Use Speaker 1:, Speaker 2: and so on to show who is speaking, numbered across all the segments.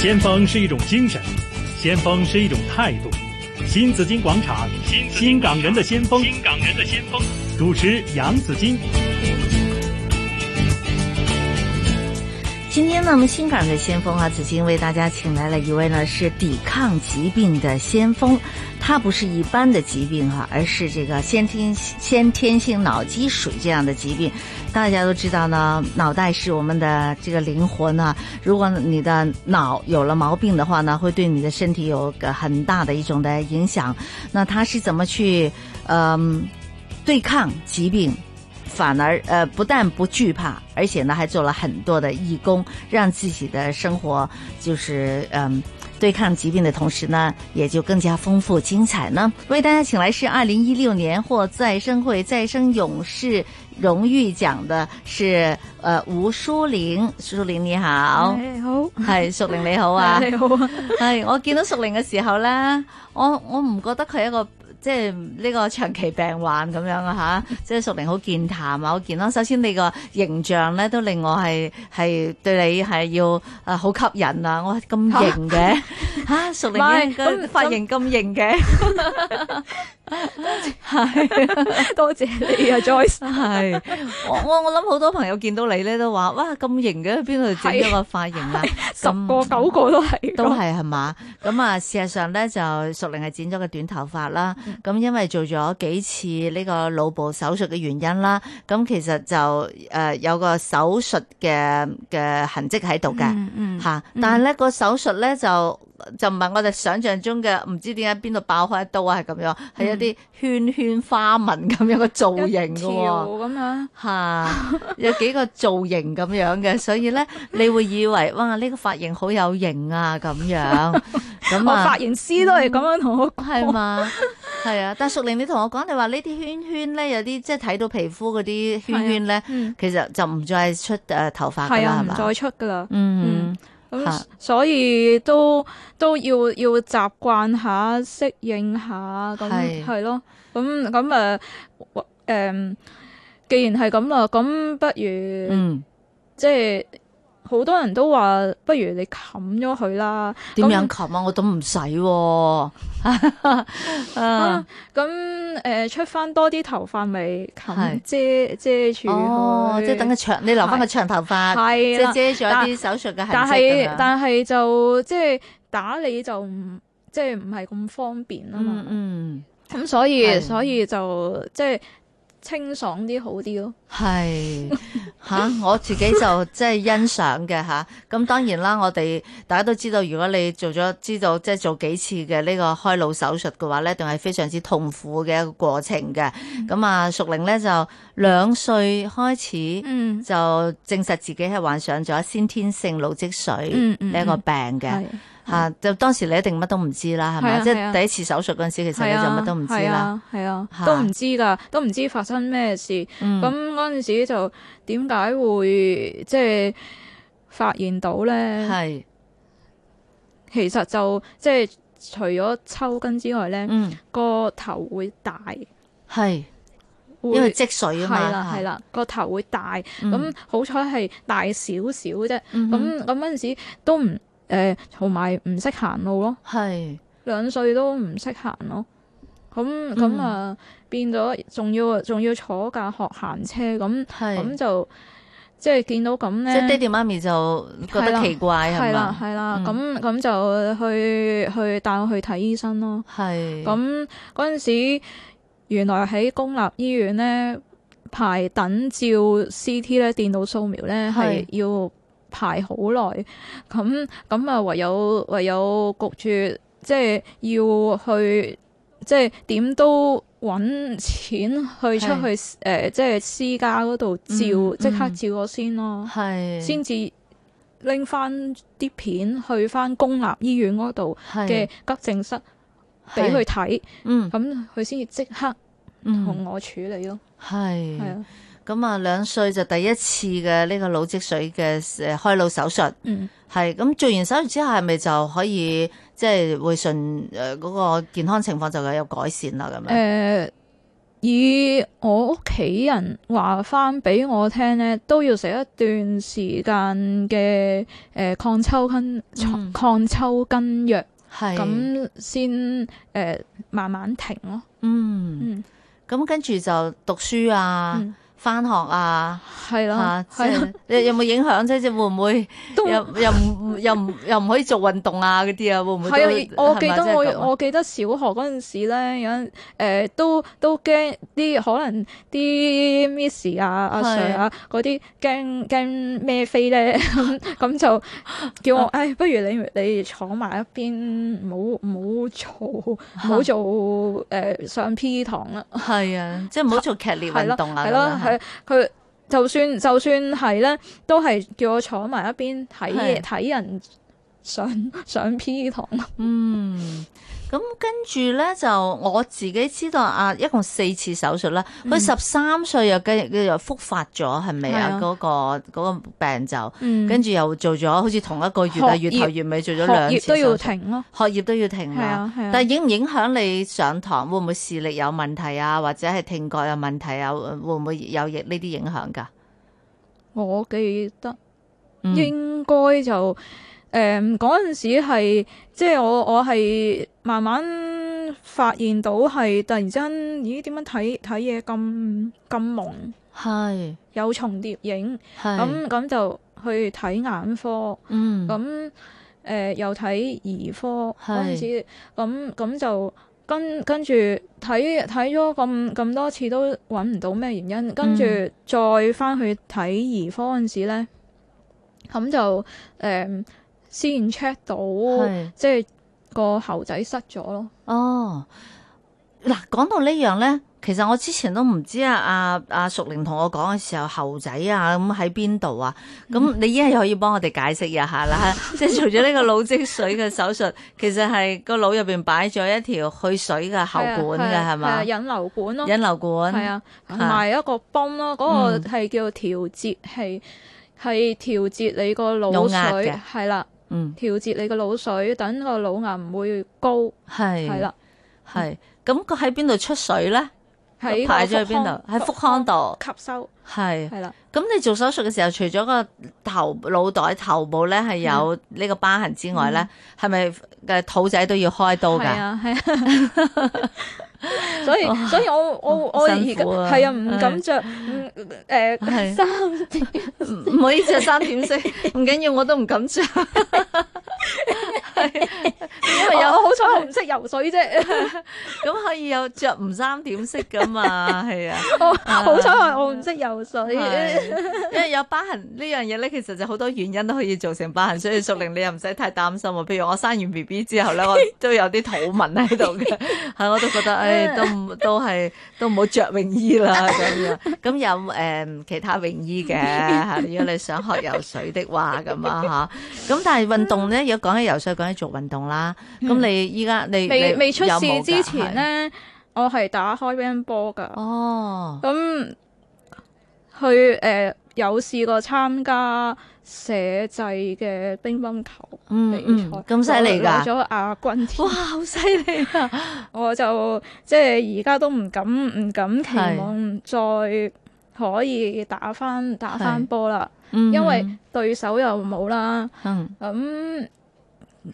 Speaker 1: 先锋是一种精神，先锋是一种态度。新紫金广场，新新港人的先锋，
Speaker 2: 新港人的先锋。
Speaker 1: 主持杨紫金。
Speaker 3: 今天呢，我们新港的先锋啊，紫金为大家请来了一位呢是抵抗疾病的先锋，他不是一般的疾病哈、而是这个先天先天性脑积水这样的疾病。大家都知道呢，脑袋是我们的这个灵魂呢。如果你的脑有了毛病的话呢，会对你的身体有个很大的一种的影响。那他是怎么去嗯、对抗疾病？反而呃不但不惧怕，而且呢还做了很多的义工，让自己的生活就是嗯。对抗疾病的同时呢，也就更加丰富精彩呢。为大家请来是二零一六年获再生会再生勇士荣誉奖的是呃吴淑玲，淑玲你好，
Speaker 4: 你好，
Speaker 3: 系淑玲你好啊，
Speaker 4: 你好啊，
Speaker 3: 系我見到熟齡嘅時候咧，我我唔覺得佢係一個即係呢個長期病患咁樣啊 吓，即係熟齡好健談啊，好健康。首先你個形象咧都令我係係對你係要啊好吸引啊！我話咁 型嘅 吓，熟齡
Speaker 4: 唔係
Speaker 3: 嘅個
Speaker 4: 咁
Speaker 3: 髮型咁 型嘅，
Speaker 4: 多謝你啊，Joyce。
Speaker 3: 係我我我諗好多朋友見到你咧都話哇咁型嘅，邊度整咗個髮型啊？
Speaker 4: 十個
Speaker 3: 咁
Speaker 4: 九個都係，
Speaker 3: 都係係嘛？咁啊，事實上咧就淑玲係剪咗個短頭髮啦。
Speaker 4: 嗯
Speaker 3: 咁、因為做咗幾次呢個腦部手術嘅原因啦，咁其實就誒、呃有個手術嘅嘅痕跡喺度嘅。
Speaker 4: 嗯嗯，
Speaker 3: 吓，但系咧個手術咧就就唔係我哋想象中嘅，唔知點解邊度爆開一刀啊，係咁樣，係一啲圈圈花紋咁樣嘅造
Speaker 4: 嗯一
Speaker 3: 型嘅
Speaker 4: 條
Speaker 3: 喎、
Speaker 4: 咁樣，
Speaker 3: 吓、有幾個造型咁樣嘅，所以咧你會以為哇呢、個髮型好有型啊咁 樣，咁
Speaker 4: 我
Speaker 3: 啊
Speaker 4: 髮型師都係咁樣同我
Speaker 3: 係嘛？係啊，但淑玲你同我講，你話呢啲圈圈咧有啲即係睇到皮膚嗰啲圈圈咧，
Speaker 4: 嗯，
Speaker 3: 其實就唔再出诶、呃、头发噶
Speaker 4: 係
Speaker 3: 啦，
Speaker 4: 啊，
Speaker 3: 係
Speaker 4: 唔
Speaker 3: 嘛、
Speaker 4: 再出噶啦。
Speaker 3: 嗯
Speaker 4: 嗯。
Speaker 3: 嚇
Speaker 4: 咁所以都都要要習慣下、適應下，
Speaker 3: 係
Speaker 4: 咁係咯。咁咁誒誒，既然係咁啦，咁不如
Speaker 3: 嗯，
Speaker 4: 即係好多人都話，不如你冚咗佢啦。
Speaker 3: 點
Speaker 4: 咁
Speaker 3: 樣冚啊？我都唔 使喎，啊哦
Speaker 4: 啊，咁誒、呃出翻多啲頭髮咪
Speaker 3: 係
Speaker 4: 冚遮遮住
Speaker 3: 哦，即係等佢長，你留翻個長頭髮，即
Speaker 4: 係啦，
Speaker 3: 係遮咗啲手術嘅痕跡
Speaker 4: 但
Speaker 3: 咁
Speaker 4: 係
Speaker 3: 樣
Speaker 4: 但係就即係打理就唔即係唔係咁方便啊嘛
Speaker 3: 嗯。嗯。
Speaker 4: 咁、所以
Speaker 3: 係
Speaker 4: 所以就即係清爽啲好啲咯。
Speaker 3: 系吓，我自己就即係欣賞嘅吓。咁當然啦，我哋大家都知道，如果你做咗知道即係做幾次嘅呢個開腦手術嘅話咧，一定係非常之痛苦嘅一個過程嘅。
Speaker 4: 嗯
Speaker 3: 咁啊，淑玲咧就兩歲開始
Speaker 4: 嗯
Speaker 3: 就證實自己係患上咗先天性腦積水
Speaker 4: 嗯嗯
Speaker 3: 呢一個病嘅
Speaker 4: 係
Speaker 3: 吓。就當時你一定乜都唔知啦，係
Speaker 4: 係
Speaker 3: 咪？
Speaker 4: 啊
Speaker 3: 即
Speaker 4: 係
Speaker 3: 係
Speaker 4: 啊
Speaker 3: 第一次手術嗰陣時，其實
Speaker 4: 係
Speaker 3: 你就
Speaker 4: 啊
Speaker 3: 乜都唔知
Speaker 4: 係
Speaker 3: 啦。
Speaker 4: 啊係啊
Speaker 3: 嚇，
Speaker 4: 都唔知㗎，都唔知發生咩事。
Speaker 3: 嗯
Speaker 4: 咁嗰陣時就點解會即係發現到咧？
Speaker 3: 係
Speaker 4: 其實就即係除咗抽筋之外咧，
Speaker 3: 嗯
Speaker 4: 個頭會大，
Speaker 3: 係，
Speaker 4: 會
Speaker 3: 因為積水啊嘛。
Speaker 4: 係啦
Speaker 3: 嚇
Speaker 4: 係啦，個頭會大。
Speaker 3: 嗯
Speaker 4: 咁好彩係大少少啫。
Speaker 3: 嗯哼
Speaker 4: 咁咁嗰陣時都唔誒，同埋唔識行路咯，
Speaker 3: 係
Speaker 4: 兩歲都唔識行咯。咁
Speaker 3: 嗯
Speaker 4: 咁啊，變咗仲要仲要坐架學行車咁，咁
Speaker 3: 係，
Speaker 4: 就即係見到咁
Speaker 3: 即
Speaker 4: 咧。
Speaker 3: 係爹哋媽咪就覺
Speaker 4: 係
Speaker 3: 得
Speaker 4: 啦
Speaker 3: 奇怪係
Speaker 4: 係啦
Speaker 3: 嘛？
Speaker 4: 係啦，咁
Speaker 3: 嗯
Speaker 4: 咁、就去去帶我去睇醫生咯。
Speaker 3: 係
Speaker 4: 咁嗰陣時，原來喺公立醫院咧排等照 CT 咧電腦掃描咧係
Speaker 3: 係
Speaker 4: 要排好耐，咁咁啊唯有唯有焗住即係要去即係點都。揾錢去出去誒、呃即係私家嗰度照，即
Speaker 3: 嗯
Speaker 4: 刻
Speaker 3: 嗯
Speaker 4: 照咗先咯。
Speaker 3: 係
Speaker 4: 先至拎翻啲片去翻公立醫院嗰度嘅
Speaker 3: 係
Speaker 4: 急症室俾佢
Speaker 3: 係
Speaker 4: 睇，
Speaker 3: 嗯
Speaker 4: 咁佢先至即刻同
Speaker 3: 嗯
Speaker 4: 我處理咯。係
Speaker 3: 係
Speaker 4: 啊，
Speaker 3: 咁啊，兩歲就第一次嘅呢個腦積水嘅誒開腦手術。
Speaker 4: 嗯，
Speaker 3: 係咁做完手術之後，係咪就可以即係會順誒嗰個健康情況就有改善啦？咁樣
Speaker 4: 誒以我屋企人話翻俾我聽咧，都要食一段時間嘅誒、呃抗抽筋、
Speaker 3: 嗯
Speaker 4: 抗抽筋藥，
Speaker 3: 係
Speaker 4: 咁先誒慢慢停咯。
Speaker 3: 嗯，
Speaker 4: 嗯，
Speaker 3: 咁跟住就讀書啊
Speaker 4: 嗯，
Speaker 3: 翻學啊，
Speaker 4: 係啦
Speaker 3: 吓，，即
Speaker 4: 係啦，
Speaker 3: 係你有冇影響啫？即係會唔會
Speaker 4: 都
Speaker 3: 又又唔又唔又唔可以做運動啊？嗰啲啊，會唔會都？
Speaker 4: 係啊！我記
Speaker 3: 係咪
Speaker 4: 得
Speaker 3: 真係咁啊
Speaker 4: 我我記得小學嗰陣時咧，有陣誒、呃都都驚啲可能啲 Miss 啊、阿
Speaker 3: 係
Speaker 4: Sir 啊嗰啲驚驚咩飛咧，咁咁就叫我誒、唉不如你你坐埋一邊，唔好唔好做唔好做誒、上 P 堂啦。
Speaker 3: 係啊，即係唔好做劇烈
Speaker 4: 係
Speaker 3: 運
Speaker 4: 咯，
Speaker 3: 動啊，
Speaker 4: 係咯，
Speaker 3: 咁樣
Speaker 4: 係佢就算就算係咧，都係叫我坐埋一邊睇
Speaker 3: 係
Speaker 4: 嘢睇人上上 P 堂。
Speaker 3: 嗯。咁跟住咧就我自己知道啊，一共四次手術啦。佢十三歲又跟又復發咗，係咪啊？
Speaker 4: 嗯係啊
Speaker 3: 嗰個嗰個病就
Speaker 4: 嗯
Speaker 3: 跟住又做咗，好似同一個月啊，
Speaker 4: 學
Speaker 3: 月
Speaker 4: 業
Speaker 3: 頭月尾做咗兩
Speaker 4: 學
Speaker 3: 次
Speaker 4: 業都要
Speaker 3: 手術，
Speaker 4: 停咯，
Speaker 3: 學業都要停
Speaker 4: 係
Speaker 3: 啦。
Speaker 4: 啊係啊，
Speaker 3: 但係影唔影響你上堂？會唔會視力有問題啊？或者係聽覺有問題啊？會唔會有呢啲影響㗎？
Speaker 4: 我記得
Speaker 3: 嗯
Speaker 4: 應該就誒嗰陣時係即係我我係慢慢發現到係突然之間，咦點樣睇睇嘢咁咁蒙，
Speaker 3: 係
Speaker 4: 有重疊影，
Speaker 3: 係
Speaker 4: 咁咁就去睇眼科，
Speaker 3: 嗯
Speaker 4: 咁誒、又睇兒科嗰
Speaker 3: 係
Speaker 4: 陣時，咁咁就。跟跟住睇睇咗咁咁多次都揾唔到咩原因，跟住
Speaker 3: 嗯
Speaker 4: 再翻去睇兒科嗰陣時咧，咁就誒、呃先 check 到
Speaker 3: 係
Speaker 4: 即係個喉仔塞咗咯。
Speaker 3: 哦，嗱，講到呢樣咧，其實我之前都唔知啊，阿阿淑玲同我講嘅時候，猴仔啊，咁喺邊度啊？咁
Speaker 4: 嗯
Speaker 3: 你依家又可以幫我哋解釋一下啦， 即係除咗呢個腦積水嘅手術，其實係個腦入邊擺咗一條去水嘅喉管
Speaker 4: 係
Speaker 3: 嘅
Speaker 4: 啊
Speaker 3: 係
Speaker 4: 係
Speaker 3: 嘛
Speaker 4: 啊，？引流管咯，
Speaker 3: 引流管
Speaker 4: 係啊，同
Speaker 3: 嚇
Speaker 4: 埋一個泵咯，嗰、
Speaker 3: 嗯
Speaker 4: 個係叫調節器，係調節你個
Speaker 3: 腦
Speaker 4: 腦
Speaker 3: 壓
Speaker 4: 水
Speaker 3: 嘅，
Speaker 4: 係啦，
Speaker 3: 嗯，
Speaker 4: 調節你個腦水，等個腦壓唔會高，
Speaker 3: 係
Speaker 4: 係啦，
Speaker 3: 係。咁佢喺邊度出水咧？
Speaker 4: 喺個
Speaker 3: 排咗去
Speaker 4: 腹
Speaker 3: 邊
Speaker 4: 腔
Speaker 3: 度？喺腹腔度，
Speaker 4: 吸收，
Speaker 3: 係。
Speaker 4: 係啦。
Speaker 3: 咁你做手術嘅時候，除咗個頭腦袋頭部咧係
Speaker 4: 嗯
Speaker 3: 有呢個疤痕之外咧，係咪嘅肚仔都要開刀
Speaker 4: 係
Speaker 3: 㗎？
Speaker 4: 啊，係啊， 所以所以我我我而
Speaker 3: 辛
Speaker 4: 家
Speaker 3: 苦啊
Speaker 4: 係啊，唔
Speaker 3: 唉
Speaker 4: 敢着嗯誒
Speaker 3: 係
Speaker 4: 衫，
Speaker 3: 唔可以着三點式，唔緊要，我都唔敢着，
Speaker 4: 因 為有
Speaker 3: 哦
Speaker 4: 好彩我唔識游水啫，
Speaker 3: 咁可以有着唔三點式㗎嘛？係啊，
Speaker 4: 我好彩我我唔識游水，
Speaker 3: 係因為有疤痕呢樣嘢咧，其實就好多原因都可以造成疤痕，所以淑玲你又唔使太擔心啊。譬如我生完 B B 之後咧，我 都有啲肚紋喺 度嘅，係我都覺得，唉，都唔都係都唔好着泳 衣啦咁樣。咁有誒、其他泳衣嘅，係如果你想學游水的話咁啊嚇。咁但係運動
Speaker 4: 嗯
Speaker 3: 咧，如果講起游水，講起做運動啦。咁你依家你
Speaker 4: 未
Speaker 3: 你
Speaker 4: 未出
Speaker 3: 有
Speaker 4: 事
Speaker 3: 冇㗎
Speaker 4: 之前
Speaker 3: 係
Speaker 4: 咧，我係打開乒乓波噶，
Speaker 3: 哦，
Speaker 4: 咁去誒有試過參加社際嘅乒乓球
Speaker 3: 嗯
Speaker 4: 比賽
Speaker 3: 嗯，，咁犀利
Speaker 4: 攞攞
Speaker 3: 㗎！
Speaker 4: 咗亞軍添
Speaker 3: 哇，。好犀利啊！
Speaker 4: 我就即係而家都唔敢唔敢期望再可以打翻打翻波啦，
Speaker 3: 嗯
Speaker 4: 因為對手又冇啦，
Speaker 3: 嗯。
Speaker 4: 咁、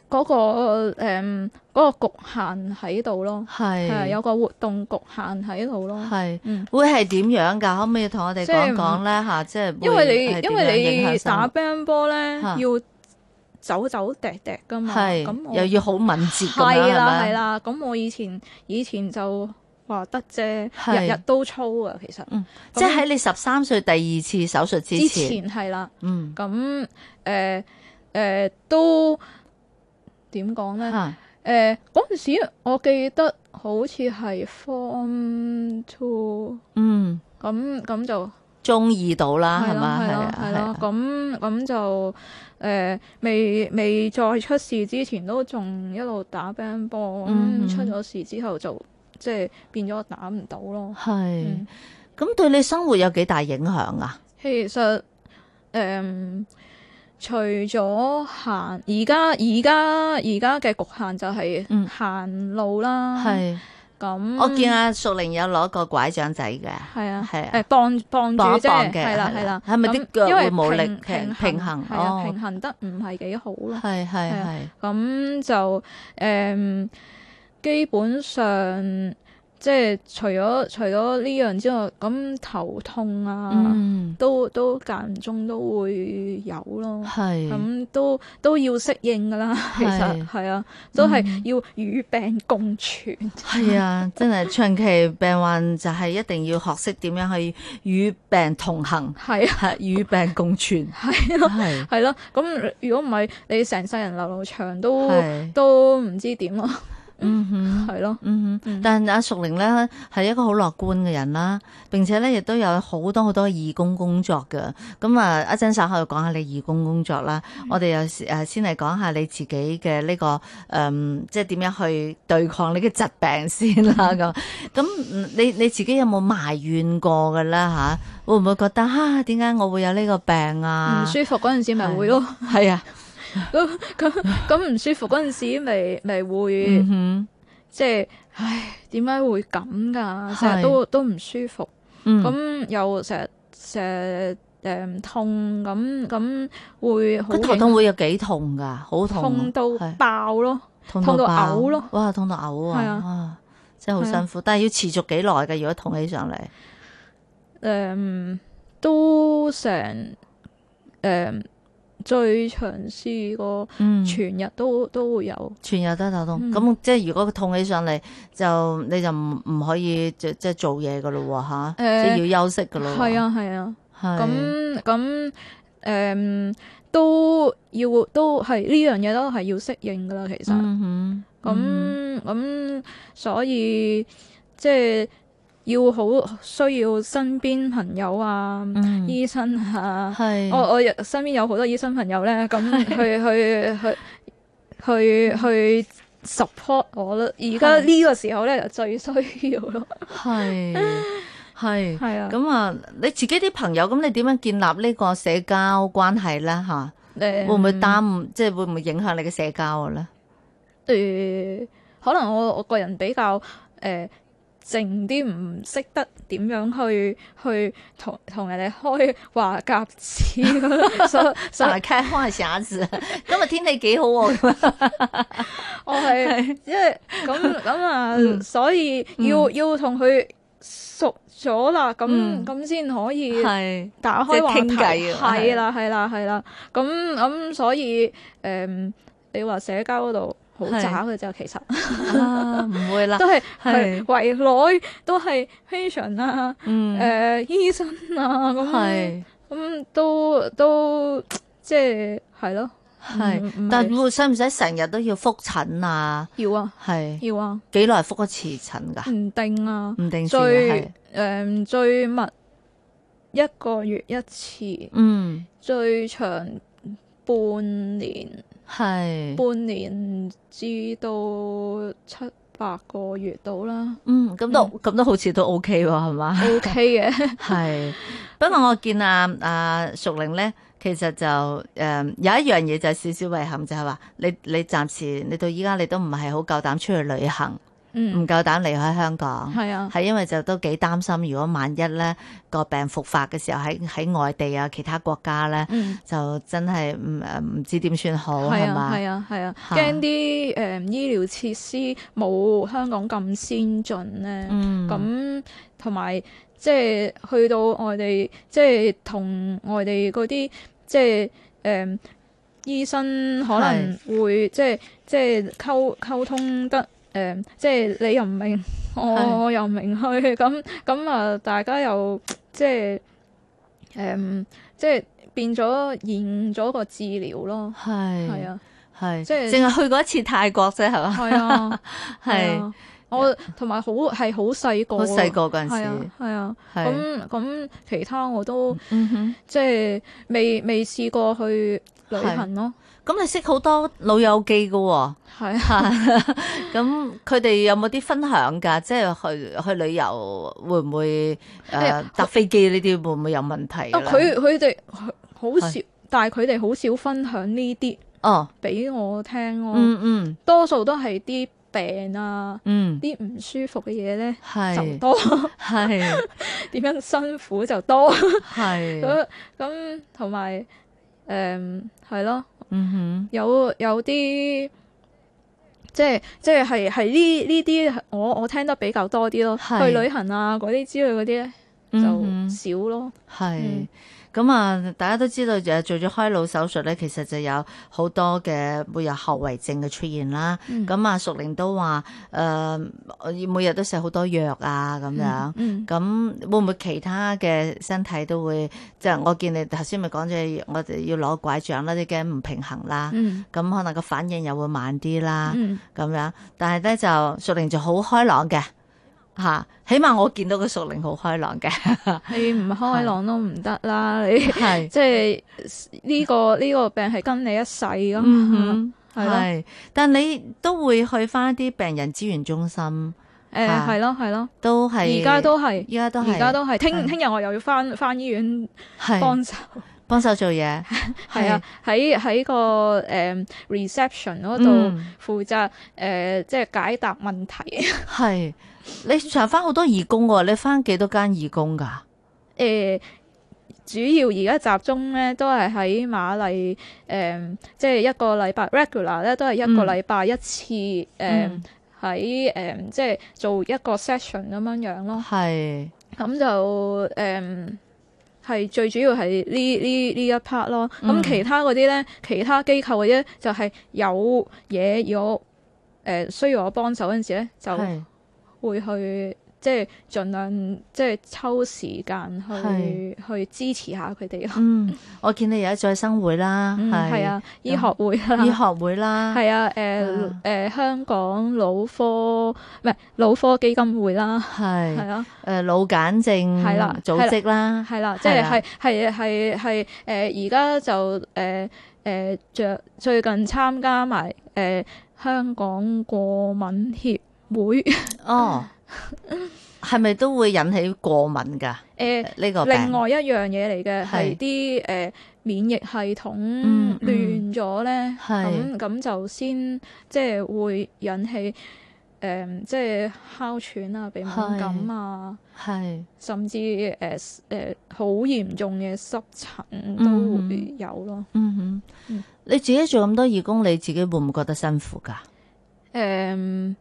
Speaker 4: 嗰、個誒嗰、個局限喺度咯，係啊
Speaker 3: 係
Speaker 4: 有個活動局限喺度咯，
Speaker 3: 係
Speaker 4: 嗯，
Speaker 3: 會係點樣㗎？可唔可以同我哋
Speaker 4: 即係
Speaker 3: 講
Speaker 4: 唔
Speaker 3: 講咧吓，即係會
Speaker 4: 因為
Speaker 3: 係
Speaker 4: 你
Speaker 3: 點
Speaker 4: 因
Speaker 3: 樣影
Speaker 4: 為
Speaker 3: 響
Speaker 4: 你
Speaker 3: 生
Speaker 4: 打啊
Speaker 3: 活
Speaker 4: 乒乓波咧
Speaker 3: 嚇
Speaker 4: 要走走趯趯噶嘛，咁
Speaker 3: 係
Speaker 4: 我
Speaker 3: 又要好敏捷
Speaker 4: 係
Speaker 3: 咁樣係
Speaker 4: 啦
Speaker 3: 咪
Speaker 4: 係啦，咁我以前以前就話得啫，
Speaker 3: 係
Speaker 4: 日日都操啊，其實。
Speaker 3: 嗯，
Speaker 4: 咁
Speaker 3: 即係喺你十三歲第二次手術之
Speaker 4: 之
Speaker 3: 前，
Speaker 4: 前係啦，
Speaker 3: 嗯
Speaker 4: 咁誒誒都呃點講咧？
Speaker 3: 嚇
Speaker 4: 誒嗰陣時，我記得好似係 form two，
Speaker 3: 嗯
Speaker 4: 咁咁就
Speaker 3: 中意到啦係
Speaker 4: 係啦
Speaker 3: 嘛
Speaker 4: 係
Speaker 3: 係
Speaker 4: 啦
Speaker 3: 啊
Speaker 4: 係
Speaker 3: 係
Speaker 4: 啦
Speaker 3: 啊，
Speaker 4: 咁咁就誒未未再出事之前都仲一路打乒乓波，
Speaker 3: 嗯
Speaker 4: 咁出咗事之後就即係變咗打唔到咯。嗯
Speaker 3: 係咁對你生活有幾大影響啊？
Speaker 4: 其實誒、嗯除咗限，而家而家而家嘅局限就
Speaker 3: 嗯
Speaker 4: 係限路啦。
Speaker 3: 係
Speaker 4: 咁
Speaker 3: 我見阿淑玲有攞個拐杖仔嘅，
Speaker 4: 係嗯啊，
Speaker 3: 係啊
Speaker 4: 誒傍傍住
Speaker 3: 磅一
Speaker 4: 啫，
Speaker 3: 磅嘅
Speaker 4: 係啦係啦，
Speaker 3: 係咪
Speaker 4: 咁
Speaker 3: 啲腳
Speaker 4: 因為
Speaker 3: 會冇力
Speaker 4: 平
Speaker 3: 平
Speaker 4: 平
Speaker 3: 平衡
Speaker 4: 係啊
Speaker 3: 哦
Speaker 4: 平衡得唔係幾好咯。
Speaker 3: 係係係，
Speaker 4: 咁就誒、嗯基本上即係除咗除咗呢樣之外，咁頭痛啊，
Speaker 3: 嗯，
Speaker 4: 都都間唔中都會有咯。
Speaker 3: 係
Speaker 4: 咁都都要適應噶啦，其實
Speaker 3: 係
Speaker 4: 係啊，都係
Speaker 3: 嗯
Speaker 4: 要與病共存。
Speaker 3: 係啊，真係長期病患就係一定要學識點樣去與病同行，
Speaker 4: 係啊，
Speaker 3: 係與病共存，
Speaker 4: 係咯，
Speaker 3: 係
Speaker 4: 係咯。咁如果唔係，你成世人流流長都
Speaker 3: 係，
Speaker 4: 都唔知點咯，
Speaker 3: 嗯哼。
Speaker 4: 係咯，
Speaker 3: 嗯哼，
Speaker 4: 嗯
Speaker 3: 但阿淑玲咧係一個好樂觀嘅人啦，並且咧亦都有好多好多義工工作嘅。咁啊，一陣稍後講下你義工工作啦。
Speaker 4: 嗯
Speaker 3: 我哋又誒先嚟講下你自己嘅呢、個誒、嗯即係點樣去對抗你嘅疾病先啦。咁咁嗯你你自己有冇埋怨過嘅咧吓？會唔會覺得啊？點解我會有呢個病啊
Speaker 4: 唔？舒服嗰陣時咪會咯。
Speaker 3: 係啊，
Speaker 4: 咁咁咁唔舒服嗰陣時，咪咪會、
Speaker 3: 嗯
Speaker 4: 即係，唉，點解會咁㗎？
Speaker 3: 係
Speaker 4: 成日都都唔舒服，
Speaker 3: 哼，嗯，
Speaker 4: 咁、又成日成日誒痛，咁咁會好
Speaker 3: 佢頭
Speaker 4: 影
Speaker 3: 痛會有幾痛㗎？好痛啊，
Speaker 4: 痛到
Speaker 3: 係
Speaker 4: 爆咯。
Speaker 3: 痛
Speaker 4: 痛到
Speaker 3: 爆
Speaker 4: 嘔咯！
Speaker 3: 哇，痛到嘔啊！
Speaker 4: 係啊
Speaker 3: 啊真係好
Speaker 4: 係啊
Speaker 3: 辛苦，但係要持續幾耐嘅？如果痛起上嚟，
Speaker 4: 誒、都成誒、最長試過
Speaker 3: 嗯，全
Speaker 4: 全日都都會有，
Speaker 3: 全日都頭痛。
Speaker 4: 嗯
Speaker 3: 咁、即係如果佢痛起上嚟，就你就唔唔可以即即係做嘢噶咯喎吓，
Speaker 4: 誒
Speaker 3: 即係要休息噶咯。
Speaker 4: 係，啊係啊。
Speaker 3: 係
Speaker 4: 咁咁誒都要都係呢樣嘢都係要適應噶啦，其實
Speaker 3: 嗯哼
Speaker 4: 咁
Speaker 3: 嗯
Speaker 4: 咁所以即係要好需要身邊朋友啊、
Speaker 3: 嗯
Speaker 4: 醫生啊，
Speaker 3: 係
Speaker 4: 我我有身邊有好多醫生朋友咧，咁去去去去去 support 我啦。而家
Speaker 3: 係
Speaker 4: 呢個時候咧就最需要咯，
Speaker 3: 係 係
Speaker 4: 係啊，
Speaker 3: 咁啊！你自己啲朋友，咁你點樣建立呢個社交關係咧？吓，
Speaker 4: 誒
Speaker 3: 會唔會耽誤？即係會唔會影響你嘅社交嘅
Speaker 4: 誒、
Speaker 3: 咧？
Speaker 4: 呃可能我我個人比較誒、呃、靜啲，唔識得點樣去去同同人哋開話夾子 所所
Speaker 3: 打
Speaker 4: 以
Speaker 3: 開開匣子， 今日天氣幾好喎，咁樣
Speaker 4: 我係即係咁咁啊，
Speaker 3: 嗯
Speaker 4: 所以要、要同佢熟咗啦，咁
Speaker 3: 嗯
Speaker 4: 咁先可以
Speaker 3: 係
Speaker 4: 打開話
Speaker 3: 即係傾偈啊
Speaker 4: 題，係啦係啦係啦，咁咁所以誒、你話社交嗰度好
Speaker 3: 係
Speaker 4: 渣嘅啫，其實。
Speaker 3: 啊，唔會啦，
Speaker 4: 都係係
Speaker 3: 係
Speaker 4: 圍內都係 patient 啊，誒、
Speaker 3: 嗯，
Speaker 4: 醫生啊咁，
Speaker 3: 係
Speaker 4: 咁都都即係係咯，唔
Speaker 3: 係，
Speaker 4: 唔
Speaker 3: 但
Speaker 4: 係
Speaker 3: 會使唔使成日都要復診啊？
Speaker 4: 要啊
Speaker 3: 係
Speaker 4: 要啊，
Speaker 3: 幾耐復一次診㗎？
Speaker 4: 唔定啊，
Speaker 3: 唔定時
Speaker 4: 最誒
Speaker 3: 係，、
Speaker 4: 最密一個月一次，
Speaker 3: 嗯，
Speaker 4: 最長半年，
Speaker 3: 係，
Speaker 4: 半年至到七八個月到 啦
Speaker 3: 嗯，咁都咁都好似都 OK 喎，係嘛？
Speaker 4: ，OK 嘅，
Speaker 3: 係， 不過我見啊啊淑玲咧，其實就誒、呃有一樣嘢就係少少遺憾，就係、話你你暫時你到依家你都唔係好夠膽出去旅行，唔
Speaker 4: 嗯，
Speaker 3: 夠膽離開香港。
Speaker 4: 係啊，
Speaker 3: 係因為就都幾擔心，如果萬一咧個病復發嘅時候喺喺外地啊其他國家咧，
Speaker 4: 嗯。
Speaker 3: 就真係唔誒唔知點算好
Speaker 4: 係
Speaker 3: 係
Speaker 4: 啊，
Speaker 3: 嘛？
Speaker 4: 係啊，係啊，
Speaker 3: 嚇
Speaker 4: 驚啲誒醫療設施冇香港咁先進咧。
Speaker 3: 嗯，
Speaker 4: 咁同埋即係去到外地，即係同外地嗰啲即係誒、嗯、醫生可能會即係即係溝溝通得誒、嗯即係你又唔明，
Speaker 3: 係
Speaker 4: 我我又唔明佢，咁咁啊，大家又即係誒、嗯即係變咗延咗個治療咯，
Speaker 3: 係
Speaker 4: 係啊。
Speaker 3: 係，
Speaker 4: 即係
Speaker 3: 淨係去過一次泰國啫，係嘛？
Speaker 4: 係啊，係
Speaker 3: 係
Speaker 4: 啊，我同埋好係好細個，
Speaker 3: 好細個嗰陣
Speaker 4: 係啊
Speaker 3: 時，
Speaker 4: 係啊，
Speaker 3: 係
Speaker 4: 咁咁其他我都
Speaker 3: 嗯哼。
Speaker 4: 即係未未試過去旅行咯，
Speaker 3: 咁你識好多老友記嘅喎，
Speaker 4: 係啊，
Speaker 3: 咁佢哋有冇啲分享㗎？即係去去旅遊會唔會
Speaker 4: 哎
Speaker 3: 誒
Speaker 4: 呀
Speaker 3: 搭飛機呢啲會唔會有問題㗎
Speaker 4: 啊
Speaker 3: 咧？
Speaker 4: 佢佢哋好
Speaker 3: 係
Speaker 4: 少，但係佢哋好少分享呢啲
Speaker 3: 哦，
Speaker 4: 俾我聽咯，
Speaker 3: 嗯嗯，
Speaker 4: 多數都係啲病啊，
Speaker 3: 嗯，
Speaker 4: 啲唔舒服嘅嘢咧就
Speaker 3: 係
Speaker 4: 多，
Speaker 3: 係
Speaker 4: 點樣辛苦就多。
Speaker 3: 係，
Speaker 4: 咁咁同埋誒係咯，
Speaker 3: 嗯
Speaker 4: 有有啲即係即係係係呢呢啲我我聽得比較多啲咯，
Speaker 3: 係
Speaker 4: 去旅行啊嗰啲之類嗰啲咧
Speaker 3: 哼，嗯
Speaker 4: 就
Speaker 3: 哼
Speaker 4: 少咯，
Speaker 3: 係
Speaker 4: 嗯。
Speaker 3: 咁啊，大家都知道誒做咗開腦手術咧，其實就有好多嘅會有後遺症嘅出現啦。
Speaker 4: 嗯
Speaker 3: 咁啊，淑玲都話誒、每日都食好多藥啊咁樣。
Speaker 4: 嗯
Speaker 3: 咁會唔會其他嘅身體都會即係我見你頭先咪講咗，我哋要攞拐杖啦，啲頸唔平衡啦，咁、
Speaker 4: 嗯
Speaker 3: 可能個反應又會慢啲啦，
Speaker 4: 嗯
Speaker 3: 咁、樣。但係咧就淑玲就好開朗嘅嚇、起碼我見到個淑玲好開朗嘅，啊
Speaker 4: 你唔開朗都唔得啦，你
Speaker 3: 係。
Speaker 4: 即係呢個呢個病係跟你一世咁，
Speaker 3: 嗯哼，
Speaker 4: 係咯
Speaker 3: 係，但你都會去翻啲病人資源中心，
Speaker 4: 誒
Speaker 3: 嚇
Speaker 4: 係咯係咯，
Speaker 3: 都啊係
Speaker 4: 而家都係
Speaker 3: 而家都係
Speaker 4: 而家都係，聽
Speaker 3: 係
Speaker 4: 聽日我又要翻翻醫院
Speaker 3: 係
Speaker 4: 幫手。
Speaker 3: 幫手做 嘢，
Speaker 4: 係啊，喺喺個誒 reception 嗰度
Speaker 3: 嗯
Speaker 4: 負責誒，即係解答問題。
Speaker 3: 係你常翻好多義工喎，你翻幾多間義工噶？
Speaker 4: 誒主要而家集中咧都係喺馬麗誒，即係一個禮拜 regular 咧都係一個
Speaker 3: 嗯
Speaker 4: 禮拜一次誒，
Speaker 3: 嗯
Speaker 4: 喺誒即係做一個 session 咁樣樣咯。
Speaker 3: 係
Speaker 4: 咁就誒係最主要係呢呢呢一 part 咯。咁、
Speaker 3: 嗯
Speaker 4: 其他嗰啲咧，其他機構嗰啲咧就係有嘢要我誒、呃需要我幫手嗰陣時咧，就
Speaker 3: 係
Speaker 4: 會去即係盡量即係抽時間去去支持下佢哋咯。
Speaker 3: 嗯，我見你而家再生會啦，
Speaker 4: 嗯，係啊，醫學會
Speaker 3: 醫
Speaker 4: 啦。
Speaker 3: 學會啦，
Speaker 4: 係啊，誒、
Speaker 3: 啊
Speaker 4: 誒、香港腦科唔係腦科基金會啦，係
Speaker 3: 係
Speaker 4: 啊，
Speaker 3: 誒呃腦簡症
Speaker 4: 係啦
Speaker 3: 組織啦，
Speaker 4: 係啦，即
Speaker 3: 係
Speaker 4: 係
Speaker 3: 啊啦
Speaker 4: 係係係係誒，而家就誒誒著最近參加埋誒香港過敏協會
Speaker 3: 哦，係咪都會引起過敏㗎？
Speaker 4: 誒。
Speaker 3: 呢個
Speaker 4: 另
Speaker 3: 病
Speaker 4: 外一樣嘢嚟嘅
Speaker 3: 係
Speaker 4: 係啲誒免疫系統
Speaker 3: 嗯嗯
Speaker 4: 亂咗咧，
Speaker 3: 係
Speaker 4: 咁咁就先即係會引起誒即係哮喘啊、鼻敏感啊，
Speaker 3: 係。
Speaker 4: 甚至誒誒好嚴重嘅濕疹都
Speaker 3: 嗯
Speaker 4: 會有咯。
Speaker 3: 嗯哼
Speaker 4: 嗯，
Speaker 3: 你自己做咁多義工，你自己會唔會覺得辛苦噶？
Speaker 4: 誒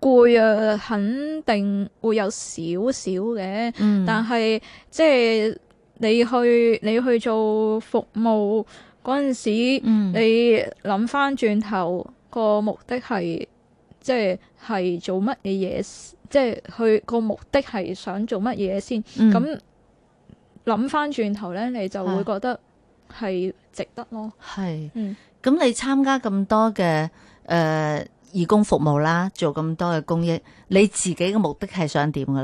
Speaker 4: 攰啊，肯定會有少少嘅，
Speaker 3: 嗯
Speaker 4: 但係即係你去你去做服務嗰陣時，
Speaker 3: 嗯
Speaker 4: 你諗翻轉頭個目的係即係係做乜嘢嘢，即係去個目的係想做乜嘢先。
Speaker 3: 嗯啊
Speaker 4: 咁諗翻轉頭咧，你就會
Speaker 3: 係
Speaker 4: 覺得係值得咯。
Speaker 3: 係
Speaker 4: 嗯。
Speaker 3: 咁，你參加咁多嘅誒、呃、義工服務啦，做咁多嘅公益，你自己嘅目的係想點嘅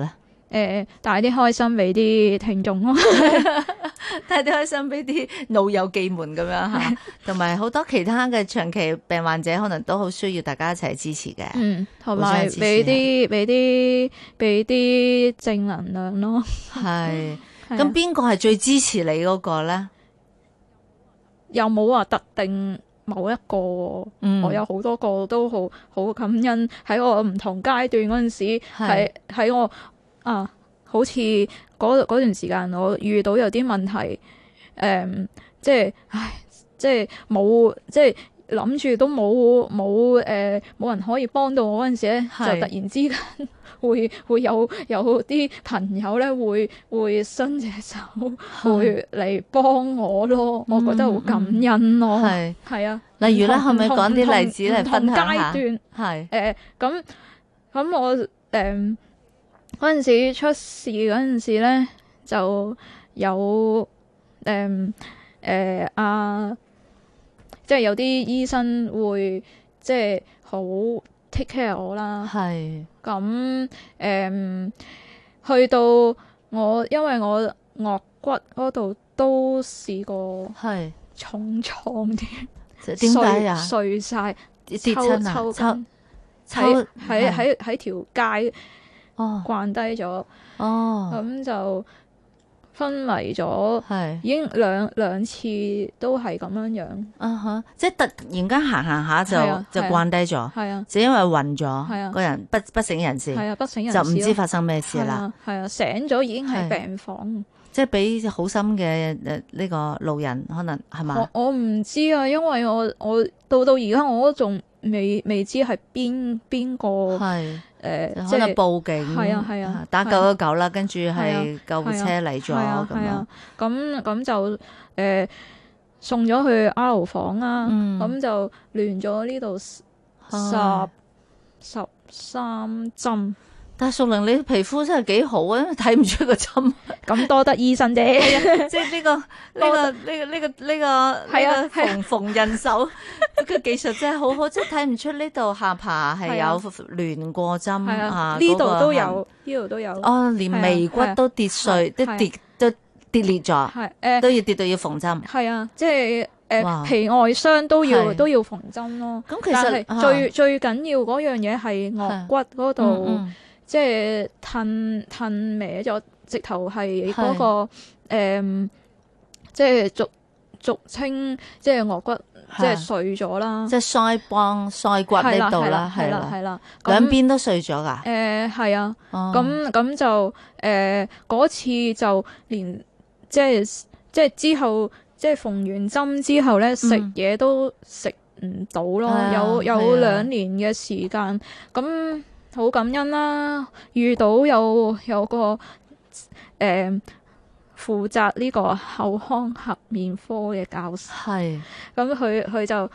Speaker 3: 咧？
Speaker 4: 誒、帶啲開心俾啲聽眾咯，
Speaker 3: 睇啲開心俾啲老友記們咁樣嚇， 同埋好多其他嘅長期病患者，可能都好需要大家一齊支持嘅。
Speaker 4: 嗯，同
Speaker 3: 互
Speaker 4: 埋
Speaker 3: 相支持
Speaker 4: 俾啲俾啲俾啲正能量咯。
Speaker 3: 係
Speaker 4: 係啊
Speaker 3: 咁，邊個係最支持你嗰個咧？
Speaker 4: 又冇話特定某一個喎，
Speaker 3: 嗯
Speaker 4: 我有好多個都好好感恩喺我唔同階段嗰陣時，
Speaker 3: 係
Speaker 4: 係喺我啊，好似嗰嗰段時間我遇到有啲問題，誒、即係唉，即係冇即係。諗住都冇冇誒冇人可以幫到我嗰陣時咧，就
Speaker 3: 係
Speaker 4: 突然之間會會有有啲朋友咧會會伸隻手 會嚟幫我咯，我覺得
Speaker 3: 嗯
Speaker 4: 好感恩咯，
Speaker 3: 係，
Speaker 4: 係啊。
Speaker 3: 例如咧，
Speaker 4: 唔
Speaker 3: 可
Speaker 4: 同
Speaker 3: 唔可以講啲例子嚟分享
Speaker 4: 唔同階
Speaker 3: 下？
Speaker 4: 段
Speaker 3: 係
Speaker 4: 誒呃咁咁我誒嗰陣時出事嗰陣時咧，就有誒誒啊，即係有啲醫生會即係好 take care 我啦。
Speaker 3: 係。
Speaker 4: 咁誒、去到我因為我顎骨嗰度都試過
Speaker 3: 係
Speaker 4: 重創啲，
Speaker 3: 點解啊？
Speaker 4: 碎碎晒，
Speaker 3: 跌
Speaker 4: 抽
Speaker 3: 親
Speaker 4: 抽
Speaker 3: 啊？
Speaker 4: 筋喺
Speaker 3: 抽
Speaker 4: 喺
Speaker 3: 哦係
Speaker 4: 喺喺條街
Speaker 3: 哦
Speaker 4: 慣低咗，咁、
Speaker 3: 哦，
Speaker 4: 就昏迷咗，
Speaker 3: 係
Speaker 4: 已經兩兩次都係咁樣樣，
Speaker 3: 啊哈，即係突然間行行下就
Speaker 4: 嗯係啊
Speaker 3: 就
Speaker 4: 係啊
Speaker 3: 慣低咗，
Speaker 4: 係啊，
Speaker 3: 就因為暈咗，
Speaker 4: 係啊
Speaker 3: 個人不不省人事，
Speaker 4: 係啊，不省人
Speaker 3: 就唔
Speaker 4: 事
Speaker 3: 知
Speaker 4: 咯
Speaker 3: 發生咩事
Speaker 4: 係
Speaker 3: 啦。
Speaker 4: 啊，係啊，醒咗已經係
Speaker 3: 係
Speaker 4: 病房。
Speaker 3: 即係俾好心嘅诶呢個路人，可能係嘛
Speaker 4: 我？我唔知啊，因為我我到到而家我都仲未未知係邊邊個
Speaker 3: 係
Speaker 4: 誒，即
Speaker 3: 可能
Speaker 4: 係
Speaker 3: 報警，
Speaker 4: 係啊係啊
Speaker 3: 打
Speaker 4: 係
Speaker 3: 九
Speaker 4: 啊
Speaker 3: 九九啦，跟住
Speaker 4: 係啊
Speaker 3: 係救護車嚟
Speaker 4: 係
Speaker 3: 咗
Speaker 4: 啊
Speaker 3: 咁
Speaker 4: 係
Speaker 3: 樣
Speaker 4: 啊，，咁咁就誒、呃送咗去 R 房啦，
Speaker 3: 嗯
Speaker 4: 咁、就亂咗呢度十
Speaker 3: 唉
Speaker 4: 十三針，
Speaker 3: 但係淑玲，你皮膚真係幾好啊，因為睇唔出 個針，
Speaker 4: 咁多得醫生啫，
Speaker 3: 即係呢個呢個呢個呢個呢個
Speaker 4: 係啊
Speaker 3: 呢個縫縫印手個技術真係 好好，即係睇唔出呢度下巴係
Speaker 4: 係啊
Speaker 3: 有亂過針
Speaker 4: 係
Speaker 3: 啊
Speaker 4: 啊，，呢
Speaker 3: 嗰個
Speaker 4: 度都
Speaker 3: 痕
Speaker 4: 有，呢度都有，
Speaker 3: 哦，連
Speaker 4: 係啊
Speaker 3: 眉骨
Speaker 4: 係啊
Speaker 3: 都跌碎，都
Speaker 4: 係啊
Speaker 3: 跌都跌裂咗，
Speaker 4: 係誒
Speaker 3: 都要跌到要縫針。
Speaker 4: 係啊，即係。誒、
Speaker 3: 哇
Speaker 4: 皮外傷都要
Speaker 3: 啊係
Speaker 4: 都要縫針咯，
Speaker 3: 咁其
Speaker 4: 但
Speaker 3: 實啊
Speaker 4: 係最、最緊要嗰樣嘢係
Speaker 3: 係
Speaker 4: 顎骨嗰度。
Speaker 3: 度，嗯
Speaker 4: 即係褪褪歪咗，直頭係
Speaker 3: 係
Speaker 4: 嗰個、誒即係俗俗稱即係顎骨即係
Speaker 3: 係
Speaker 4: 碎咗啦
Speaker 3: 即，係腮幫、腮骨
Speaker 4: 係
Speaker 3: 呢度
Speaker 4: 係
Speaker 3: 啦，係
Speaker 4: 係啦
Speaker 3: 啦，
Speaker 4: 係啦，
Speaker 3: 兩
Speaker 4: 咁
Speaker 3: 邊都碎咗㗎。
Speaker 4: 誒係啊，
Speaker 3: 哦
Speaker 4: 咁咁就誒嗰次就連即係即係之後即係縫完針之後咧，食嘢都食唔到咯，
Speaker 3: 嗯啊
Speaker 4: 有
Speaker 3: 係
Speaker 4: 有
Speaker 3: 啊
Speaker 4: 兩年嘅時間，咁好感恩啦，遇到有有個誒、呃、負責呢個口腔颌面科嘅教授，
Speaker 3: 係
Speaker 4: 咁佢佢就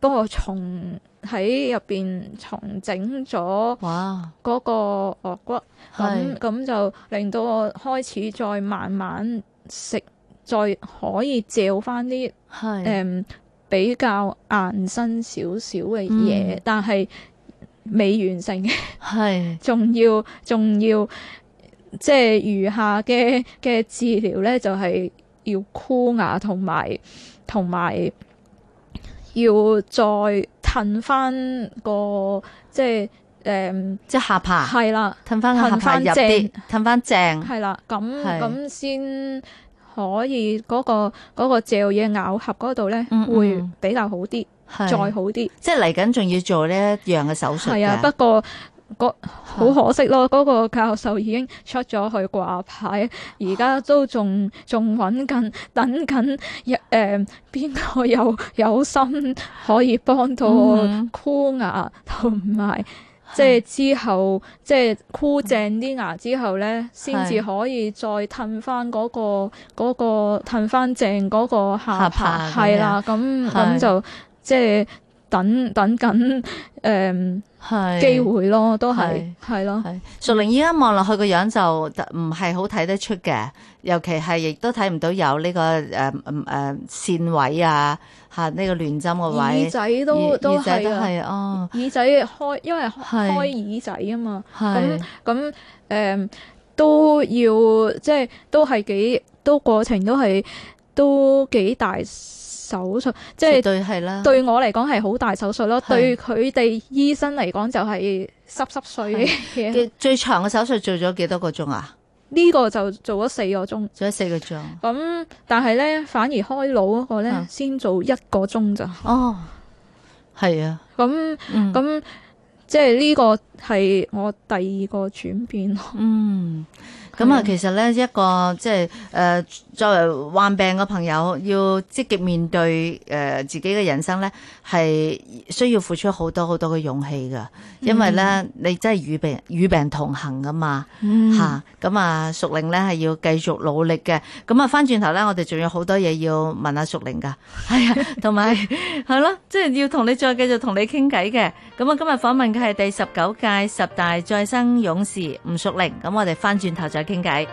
Speaker 4: 幫我重喺入邊重整咗。
Speaker 3: 哇，
Speaker 4: 嗰個顎骨，咁
Speaker 3: 係
Speaker 4: 咁就令到我開始再慢慢食，再可以嚼翻啲
Speaker 3: 係
Speaker 4: 誒比較硬身少少嘅嘢，
Speaker 3: 嗯
Speaker 4: 但係未完成嘅，
Speaker 3: 係
Speaker 4: 仲要仲要即係餘下嘅嘅治療咧，就係、要箍牙同埋同埋要再褪翻個即係誒。嗯
Speaker 3: 即係下巴，
Speaker 4: 係啦，
Speaker 3: 褪翻個下
Speaker 4: 褪
Speaker 3: 巴
Speaker 4: 返
Speaker 3: 入啲，褪翻正，
Speaker 4: 係啦，咁
Speaker 3: 係
Speaker 4: 咁先可以嗰、個嗰、個嚼嘢咬合嗰度咧，
Speaker 3: 嗯嗯
Speaker 4: 會比較好啲，
Speaker 3: 係
Speaker 4: 再好啲。
Speaker 3: 即係嚟緊仲要做呢一樣嘅手術
Speaker 4: 係啊，不
Speaker 3: 嘅。
Speaker 4: 過嗰好可惜咯，嗰、個教授已經出咗去掛牌，而家都仲仲揾緊，等緊一誒邊個有有心可以幫到我
Speaker 3: 嗯
Speaker 4: 箍牙同埋。 即係之後，即係箍正啲牙之後咧，先至可以再褪翻嗰個嗰、個褪翻正嗰個下
Speaker 3: 下巴
Speaker 4: 巴，
Speaker 3: 咁
Speaker 4: 係啦，咁
Speaker 3: 係
Speaker 4: 咁就即係等等緊誒
Speaker 3: 係
Speaker 4: 機會咯，都係
Speaker 3: 係
Speaker 4: 係咯，
Speaker 3: 系淑玲依家望落去個樣就唔係好睇得出嘅，尤其係亦都睇唔到有呢、個个诶诶线位啊，吓、呢、個亂針個
Speaker 4: 耳
Speaker 3: 位，
Speaker 4: 仔都
Speaker 3: 耳
Speaker 4: 都
Speaker 3: 耳仔
Speaker 4: 係
Speaker 3: 都
Speaker 4: 啊，
Speaker 3: 係哦，
Speaker 4: 耳仔開，因為
Speaker 3: 係
Speaker 4: 開耳仔啊嘛。
Speaker 3: 係哦
Speaker 4: 咁誒、嗯都要即係都係幾都過程都係都幾大手術，即
Speaker 3: 絕
Speaker 4: 係
Speaker 3: 對係啦，
Speaker 4: 對我嚟講係好大手術咯。
Speaker 3: 啊係
Speaker 4: 對佢哋醫生嚟講就係濕濕碎嘅嘢，
Speaker 3: 嘅最長嘅手術做咗幾多個鐘啊？
Speaker 4: 呢個就做咗四個鐘。
Speaker 3: 做咗四個鐘。
Speaker 4: 咁但係咧，反而開腦嗰個咧
Speaker 3: 啊
Speaker 4: 先做一個鐘咋。
Speaker 3: 哦，係啊，
Speaker 4: 咁
Speaker 3: 嗯
Speaker 4: 咁即係呢個係我第二個轉變咯。
Speaker 3: 嗯。咁
Speaker 4: 係
Speaker 3: 啊，
Speaker 4: 啊
Speaker 3: 其實咧一個即係誒、呃作為患病嘅朋友，要積極面對誒、呃自己嘅人生咧，係需要付出好多好多嘅勇氣噶，因為咧、你真係與病與病同行噶嘛。
Speaker 4: 嗯
Speaker 3: 吓咁啊，淑玲咧係要繼續努力嘅。咁啊，翻轉頭咧，我哋仲有好多嘢要問阿淑玲噶，係啊，同埋係咯，即係要同你再繼續同你傾偈嘅。咁啊，今日訪問嘅係第十九屆十大再生勇士吳淑玲。咁我哋翻轉頭再傾偈。